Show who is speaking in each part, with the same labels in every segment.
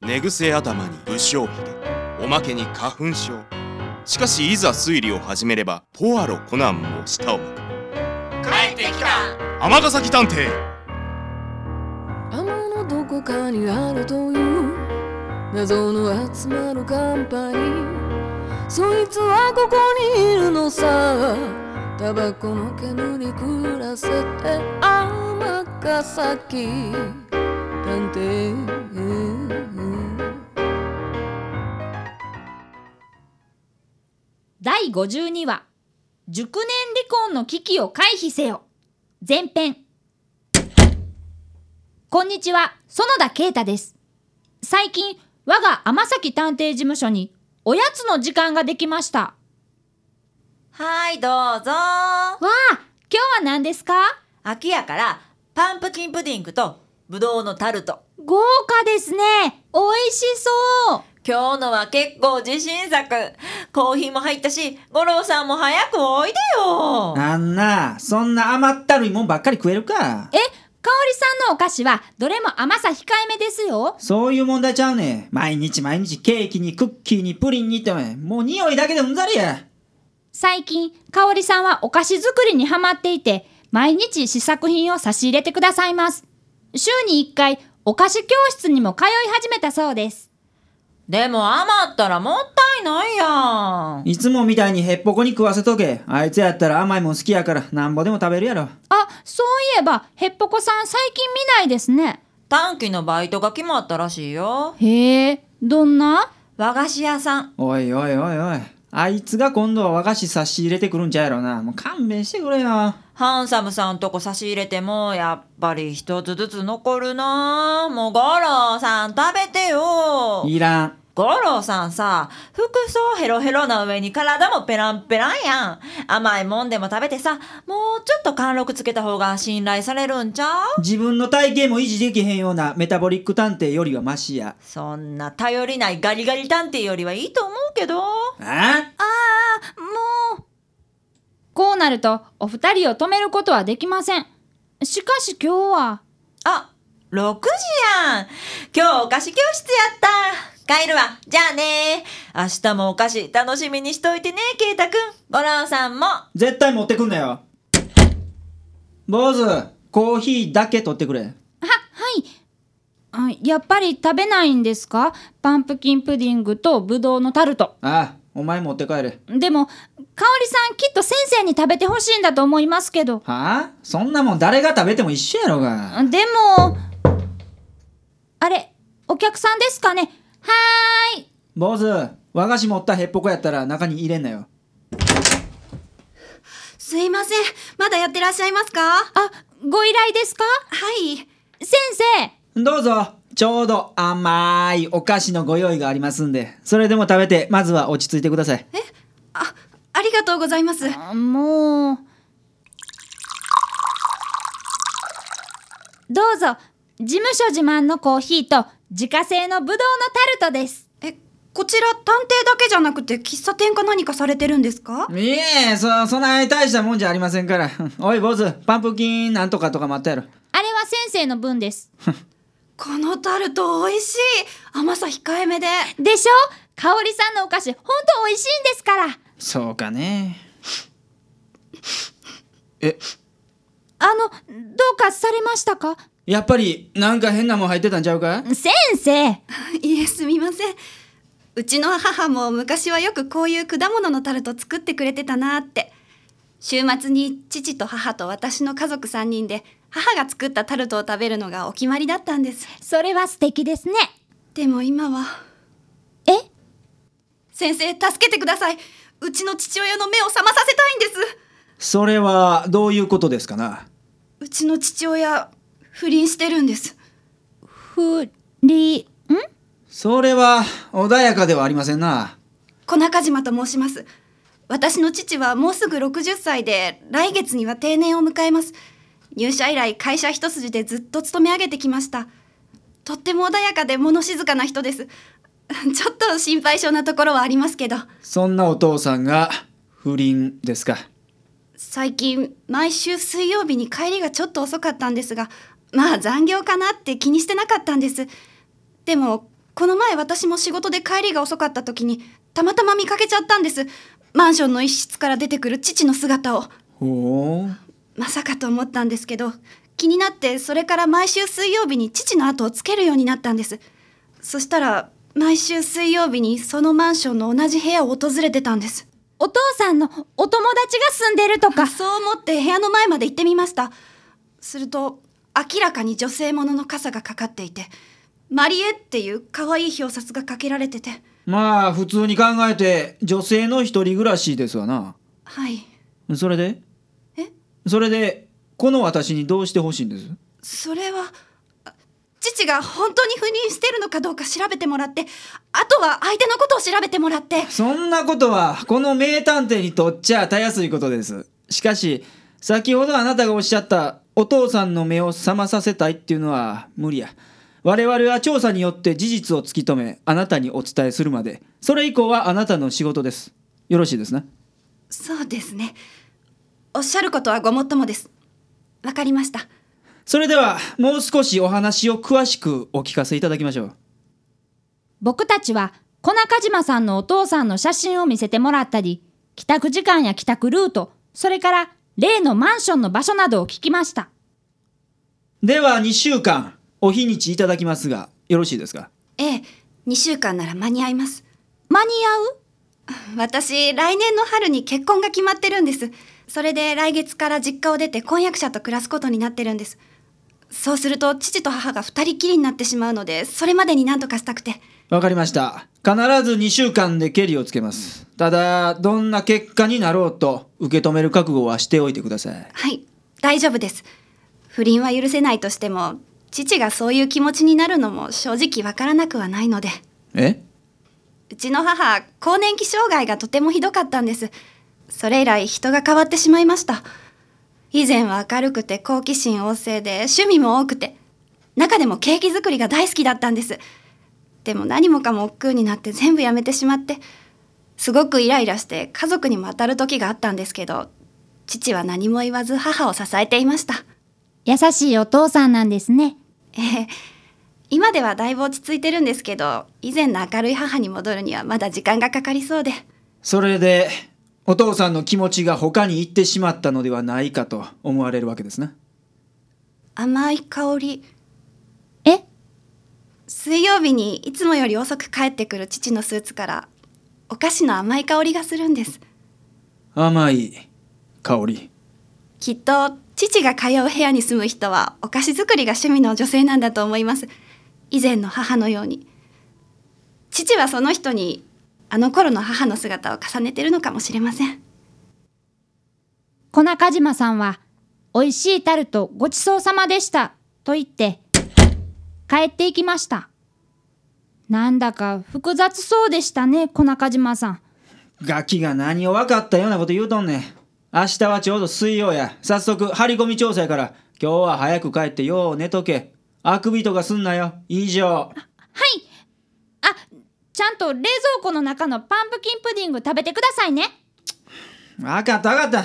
Speaker 1: 寝癖頭に不祥髭おまけに花粉症しかしいざ推理を始めればポアロコナンも舌を巻く
Speaker 2: 帰ってきた
Speaker 1: 尼崎探偵
Speaker 3: 天のどこかにあるという謎の集まるカンパニーそいつはここにいるのさタバコの煙に暮らせて天ヶ崎探偵
Speaker 4: 第52話熟年離婚の危機を回避せよ前編こんにちは園田啓太です最近我が天崎探偵事務所におやつの時間ができましたわ
Speaker 2: はいどうぞ
Speaker 4: あ今日は何ですか
Speaker 2: 秋やからパンプキンプディングとぶどうのタルト
Speaker 4: 豪華ですね美味しそう
Speaker 2: 今日のは結構自信作コーヒーも入ったし五郎さんも早くおいでよ
Speaker 5: あんな、そんな甘ったるいもんばっかり食えるか。
Speaker 4: え香織さんのお菓子はどれも甘さ控えめですよ
Speaker 5: そういう問題ちゃうね。毎日毎日ケーキにクッキーにプリンにって、もう匂いだけでうんざりや。
Speaker 4: 最近、香織さんはお菓子作りにハマっていて、毎日試作品を差し入れてくださいます。週に1回、お菓子教室にも通い始めたそうです。
Speaker 2: でも余ったらもったいないやん
Speaker 5: いつもみたいにヘッポコに食わせとけ。あいつやったら甘いもん好きやから、なんぼでも食べるやろ。
Speaker 4: あ、そういえば、ヘッポコさん最近見ないですね。
Speaker 2: 短期のバイトが決まったらしいよ
Speaker 4: へえ、どんな
Speaker 2: 和菓子屋さん
Speaker 5: おいおいおいおい。あいつが今度は和菓子差し入れてくるんじゃやろな。もう勘弁してくれよ。
Speaker 2: ハンサムさんとこ差し入れてもやっぱり一つずつ残るなもう五郎さん食べてよ
Speaker 5: いらん。
Speaker 2: 五郎さんさ服装ヘロヘロな上に体もペランペランやん甘いもんでも食べてさもうちょっと貫禄つけた方が信頼されるんちゃう
Speaker 5: 自分の体型も維持できへんようなメタボリック探偵よりはマシや。
Speaker 2: そんな頼りないガリガリ探偵よりはいいと思うけど
Speaker 5: あ
Speaker 4: こうなると、お二人を止めることはできません。しかし今日は、
Speaker 2: あ6時やん今日お菓子教室やった帰るわじゃあね明日もお菓子楽しみにしといてね圭太くん五郎さんも
Speaker 5: 絶対持ってくんなよ。坊主、コーヒーだけ取ってくれ。
Speaker 4: は、はい。あやっぱり食べないんですかパンプキンプディングとブドウのタルト。
Speaker 5: ああ、お前持って帰れ。
Speaker 4: でも、香織さんきっと先生に食べてほしいんだと思いますけど。
Speaker 5: はあそんなもん誰が食べても一緒やろが。
Speaker 4: でも、あれ、お客さんですかねはーい。
Speaker 5: 坊主、和菓子持ったヘッポコやったら中に入れんなよ。
Speaker 6: すいません。まだやってらっしゃいますかは
Speaker 4: あ、ご依頼ですか
Speaker 6: い。
Speaker 4: 先生、
Speaker 5: どうぞ、ちょうど甘いお菓子のご用意がありますんで、それでも食べて、まずは落ち着いてください。
Speaker 6: あ、ありがとうございます。
Speaker 4: あもう。どうぞ、事務所自慢のコーヒーと自家製のブドウのタルトです。
Speaker 6: え、こちら探偵だけじゃなくて喫茶店か何かされてるんですか
Speaker 5: いえ、そ、そんな大したもんじゃありませんから。 おい、坊主、パンプキンなんとかとか待ったやろ。
Speaker 4: あれは先生の分です。
Speaker 6: このタルト美味しい。甘さ控えめで。
Speaker 4: でしょ香織さんのお菓子、ほんと美味しいんですから。
Speaker 5: そうかね。
Speaker 4: あの、どうかされましたか
Speaker 5: やっぱり、なんか変なもん入ってたんちゃうか
Speaker 4: 先生
Speaker 6: いえ、すみません。うちの母も昔はよくこういう果物のタルト作ってくれてたなって。週末に父と母と私の家族3人で母が作ったタルトを食べるのがお決まりだったんです。
Speaker 4: それは素敵ですね。
Speaker 6: でも今は
Speaker 4: え
Speaker 6: 先生助けてくださいうちの父親の目を覚まさせたいんです
Speaker 5: それは、どういうことですかな
Speaker 6: うちの父親不倫してるんです
Speaker 4: ふり、ん
Speaker 5: それは、穏やかではありませんな。
Speaker 6: 小中島と申します私の父はもうすぐ60歳で来月には定年を迎えます入社以来会社一筋でずっと勤め上げてきましたとっても穏やかで物静かな人ですちょっと心配性なところはありますけど
Speaker 5: そんなお父さんが不倫ですか。
Speaker 6: 最近毎週水曜日に帰りがちょっと遅かったんですがまあ残業かなって気にしてなかったんですでもこの前私も仕事で帰りが遅かった時にたまたま見かけちゃったんですマンションの一室から出てくる父の姿を
Speaker 5: ほう
Speaker 6: まさかと思ったんですけど気になってそれから毎週水曜日に父の後をつけるようになったんですそしたら毎週水曜日にそのマンションの同じ部屋を訪れてたんです
Speaker 4: お父さんのお友達が住んでるとか
Speaker 6: そう思って部屋の前まで行ってみましたすると明らかに女性ものの傘がかかっていてマリエっていう可愛い表札がかけられてて
Speaker 5: まあ普通に考えて女性の一人暮らしですわな
Speaker 6: はい
Speaker 5: それで
Speaker 6: え
Speaker 5: それでこの私にどうしてほしいんです
Speaker 6: それはあ父が本当に赴任してるのかどうか調べてもらってあとは相手のことを調べてもらって
Speaker 5: そんなことはこの名探偵にとっちゃたやすいことですしかし先ほどあなたがおっしゃったお父さんの目を覚まさせたいっていうのは無理や我々は調査によって事実を突き止めあなたにお伝えするまでそれ以降はあなたの仕事ですよろしいですね
Speaker 6: そうですねおっしゃることはごもっともですわかりました
Speaker 5: それではもう少しお話を詳しくお聞かせいただきましょう
Speaker 4: 僕たちは小中島さんのお父さんの写真を見せてもらったり帰宅時間や帰宅ルートそれから例のマンションの場所などを聞きました
Speaker 5: では2週間お日にちいただきますがよろしいですか
Speaker 6: ええ2週間なら間に合います
Speaker 4: 間に合う
Speaker 6: 私来年の春に結婚が決まってるんですそれで来月から実家を出て婚約者と暮らすことになってるんですそうすると父と母が二人きりになってしまうのでそれまでに何とかしたくて
Speaker 5: わかりました。必ず2週間でケリをつけます。ただ、どんな結果になろうと受け止める覚悟はしておいてください。
Speaker 6: はい大丈夫です不倫は許せないとしても父がそういう気持ちになるのも正直わからなくはないので
Speaker 5: え
Speaker 6: うちの母更年期障害がとてもひどかったんですそれ以来人が変わってしまいました以前は明るくて好奇心旺盛で趣味も多くて中でもケーキ作りが大好きだったんですでも何もかも億劫になって全部やめてしまってすごくイライラして家族にも当たる時があったんですけど父は何も言わず母を支えていました
Speaker 4: 優しいお父さんなんですね
Speaker 6: ええ今ではだいぶ落ち着いてるんですけど以前の明るい母に戻るにはまだ時間がかかりそうで
Speaker 5: それで、お父さんの気持ちが他に行ってしまったのではないかと思われるわけですね。
Speaker 6: 甘い香り
Speaker 4: え
Speaker 6: 水曜日にいつもより遅く帰ってくる父のスーツからお菓子の甘い香りがするんです
Speaker 5: 甘い香り。
Speaker 6: きっと父が通う部屋に住む人はお菓子作りが趣味の女性なんだと思います以前の母のように父はその人にあの頃の母の姿を重ねてるのかもしれません
Speaker 4: 小中島さんは「美味しいタルトごちそうさまでした」と言って帰っていきましたなんだか複雑そうでしたね小中島さん
Speaker 5: ガキが何を分かったようなこと言うとんねん。明日はちょうど水曜や。早速、張り込み調査やから、今日は早く帰ってよう寝とけ。あくびとかすんなよ。以上。
Speaker 4: はいあちゃんと冷蔵庫の中のパンプキンプディング食べてくださいね
Speaker 5: わかったわかった。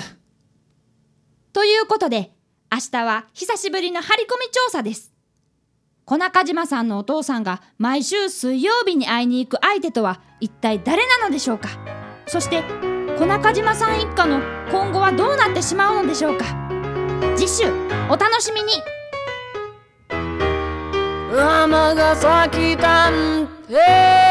Speaker 4: ということで明日は久しぶりの張り込み調査です小中島さんのお父さんが毎週水曜日に会いに行く相手とは一体誰なのでしょうかそして小中島さん一家の今後はどうなってしまうのでしょうか次週お楽しみに
Speaker 3: 尼崎探偵